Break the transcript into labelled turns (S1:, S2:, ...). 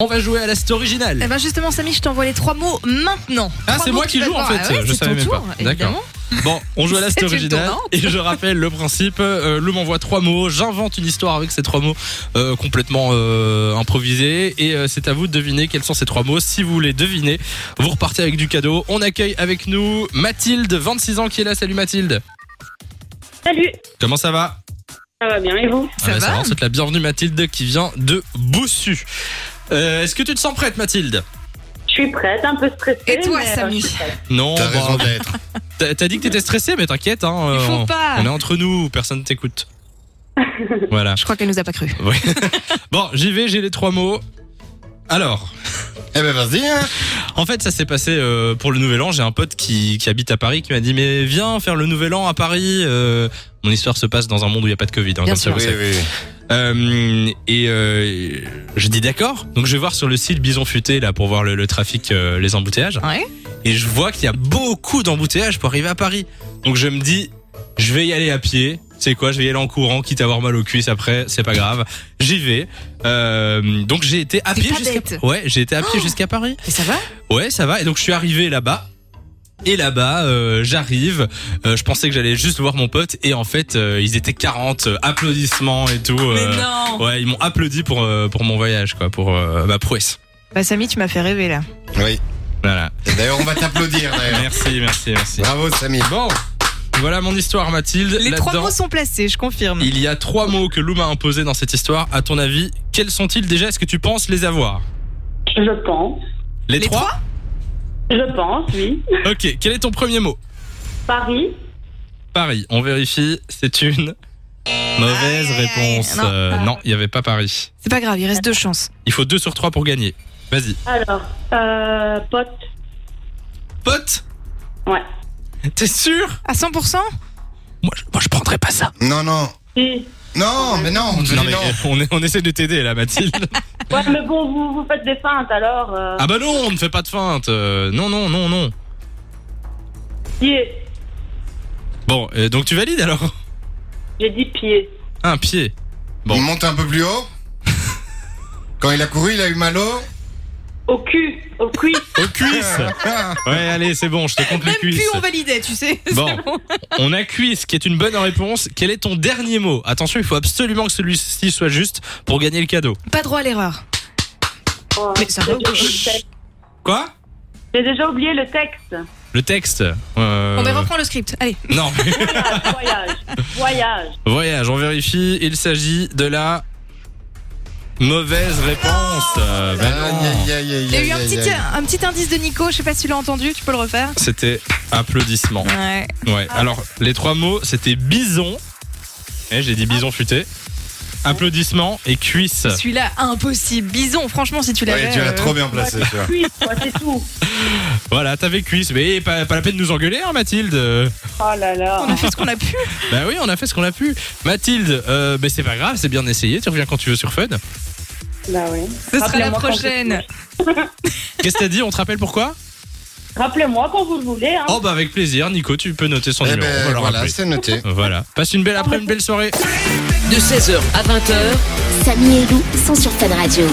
S1: On va jouer à la cité originale.
S2: Eh ben justement, Samy, je t'envoie les trois mots maintenant.
S1: Ah,
S2: Trois
S1: c'est
S2: mots
S1: moi
S2: que
S1: qui
S2: tu vas
S1: joue en
S2: devoir-
S1: fait.
S2: Ah ouais,
S1: je
S2: c'est
S1: savais
S2: ton
S1: même
S2: tour,
S1: pas.
S2: évidemment.
S1: D'accord. Bon, on joue à la
S2: C'est
S1: cité
S2: une
S1: originale.
S2: tournante.
S1: Et je rappelle le principe euh, le m'envoie trois mots, j'invente une histoire avec ces trois mots euh, complètement euh, improvisés. Et euh, c'est à vous de deviner quels sont ces trois mots. Si vous les devinez, vous repartez avec du cadeau. On accueille avec nous Mathilde, 26 ans, qui est là. Salut Mathilde.
S3: Salut,
S1: Comment ça va
S3: ça va bien et vous
S1: Ah
S2: Ça
S1: bah,
S2: va
S1: va, On souhaite la bienvenue Mathilde qui vient de Boussu. Euh, Est-ce que tu te sens prête Mathilde
S3: Je suis prête, un peu stressée.
S2: Et toi,
S3: mais, euh,
S2: Samy
S3: je suis prête.
S1: Non,
S4: T'as
S1: bah,
S4: raison d'être.
S1: T'as t'as dit que t'étais stressé, mais t'inquiète. Hein,
S2: Il
S1: euh,
S2: faut
S1: on,
S2: pas.
S1: on est entre nous, personne t'écoute. voilà.
S2: Je crois qu'elle nous a pas cru.
S1: Bon, j'y vais, j'ai les trois mots. Alors,
S4: Eh ben vas-y, hein.
S1: en fait, ça s'est passé euh, pour le Nouvel An. J'ai un pote qui, qui habite à Paris qui m'a dit mais viens faire le Nouvel An à Paris. euh, mon histoire se passe dans un monde où il y a pas de Covid. hein,
S2: Bien
S1: comme ça,
S2: sûr.
S1: vous savez. Euh, et euh, je dis d'accord. Donc je vais voir sur le site Bison Futé là pour voir le, le trafic, euh, les embouteillages.
S2: Ouais.
S1: Et je vois qu'il y a beaucoup d'embouteillages pour arriver à Paris. Donc je me dis, je vais y aller à pied. C'est quoi Je vais y aller en courant, quitte à avoir mal aux cuisses après. C'est pas grave. J'y vais. Euh, donc j'ai été à
S2: T'es
S1: pied
S2: pas
S1: jusqu'à.
S2: bête. Oh.
S1: Ouais, j'ai été à pied jusqu'à Paris.
S2: Et ça va
S1: Ouais, ça va. Et donc je suis arrivé là-bas. Et là-bas, euh, j'arrive. Euh, je pensais que j'allais juste voir mon pote. Et en fait, euh, ils étaient 40. euh, Applaudissements et tout. euh,
S2: non
S1: Ouais, ils m'ont applaudi pour, euh, pour mon voyage, quoi, pour euh, ma prouesse.
S2: Bah, Samy, tu m'as fait rêver là.
S4: Oui.
S1: Voilà.
S4: Et D'ailleurs, on va t'applaudir. d'ailleurs.
S1: Merci, merci, merci.
S4: Bravo, Samy.
S1: Bon, voilà mon histoire, Mathilde.
S2: Les trois
S1: Là-dedans,
S2: mots sont placés, je confirme.
S1: Il y a trois mots que Lou m'a imposés dans cette histoire. À ton avis, quels sont-ils déjà Est-ce que tu penses les avoir
S3: Je pense,
S1: Les,
S2: Les
S1: trois,
S3: je pense, oui.
S1: Ok, quel est ton premier mot
S3: Paris,
S1: Paris. On vérifie, c'est une mauvaise
S2: Aïe, aïe, aïe.
S1: réponse.
S2: Non.
S1: Euh, Non, il n'y avait pas Paris.
S2: C'est pas grave, il reste deux chances.
S1: Il faut deux sur trois pour gagner. Vas-y.
S3: alors, euh, pote,
S1: Pote
S3: ouais.
S1: T'es sûr
S2: À 100%
S1: moi je, moi, je prendrais pas ça.
S4: Non, non.
S3: Si.
S4: Non, mais non, on te
S1: Non,
S4: dit
S1: mais
S4: non.
S1: on, est- on essaie de t'aider là, Mathilde.
S3: Ouais, mais bon, vous, vous faites des feintes alors. Euh,
S1: Ah bah non, on ne fait pas de feinte. Euh, non, non, non, non.
S3: Pied,
S1: Bon, euh, donc tu valides alors
S3: j'ai dit pied.
S1: Un pied. Bon.
S4: On monte un peu plus haut. Quand il a couru, il a eu mal au.
S3: Au cul, au cuisse.
S1: Aux cuisses
S4: Ah,
S1: Ouais, allez, c'est bon, je te compte les
S2: Même
S1: cuisses.
S2: plus on validait, tu sais.
S1: Bon,
S2: C'est bon.
S1: on a cuisse qui est une bonne réponse. Quel est ton dernier mot Attention, il faut absolument que celui-ci soit juste pour gagner le cadeau.
S2: Pas droit à l'erreur.
S3: Oh,
S2: Mais ça
S3: j'ai
S2: va.
S3: déjà oublié le texte.
S1: Quoi
S3: J'ai déjà oublié le texte.
S1: Le texte. Euh,
S2: On va reprendre le script. Allez.
S1: Non,
S3: Voyage, voyage, voyage.
S1: voyage, on vérifie. Il s'agit de la mauvaise réponse. Euh, ben non.
S4: aïe, aïe, aïe, aïe,
S2: Il y a eu un
S4: aïe,
S2: petit,
S4: aïe.
S2: un petit indice de Nico, je sais pas si tu l'as entendu, tu peux le refaire
S1: C'était applaudissement.
S2: Ouais.
S1: Ouais, alors les trois mots c'était bison. Eh, j'ai dit bison futé. Applaudissements et cuisse.
S2: Celui-là, impossible. Bison, franchement, si tu l'avais.
S4: Ouais, tu l'as
S2: euh,
S4: trop bien placé, tu vois.
S3: Cuisse, quoi, c'est tout.
S1: Voilà, t'avais cuisse. Mais pas, pas la peine de nous engueuler, hein, Mathilde. Euh,
S3: Oh là là.
S2: On a fait ce qu'on a pu.
S1: Bah oui, on a fait ce qu'on a pu. Mathilde, euh, mais c'est pas grave, c'est bien essayé. Tu reviens quand tu veux sur Fun.
S3: Bah oui.
S2: Ce sera la
S3: Rappelez-moi quand vous
S2: prochaine.
S1: Qu'est-ce que t'as dit On te rappelle pourquoi
S3: Rappelez-moi quand vous le voulez. Hein.
S1: Oh bah avec plaisir, Nico, tu peux noter son
S4: Ah Eh
S1: numéro. on va
S4: ben
S1: le
S4: voilà,
S1: rappeler.
S4: c'est noté.
S1: Voilà. Passe une belle après une belle soirée.
S5: de 16h à 20h
S6: Samy et Lou sont sur Fan Radio.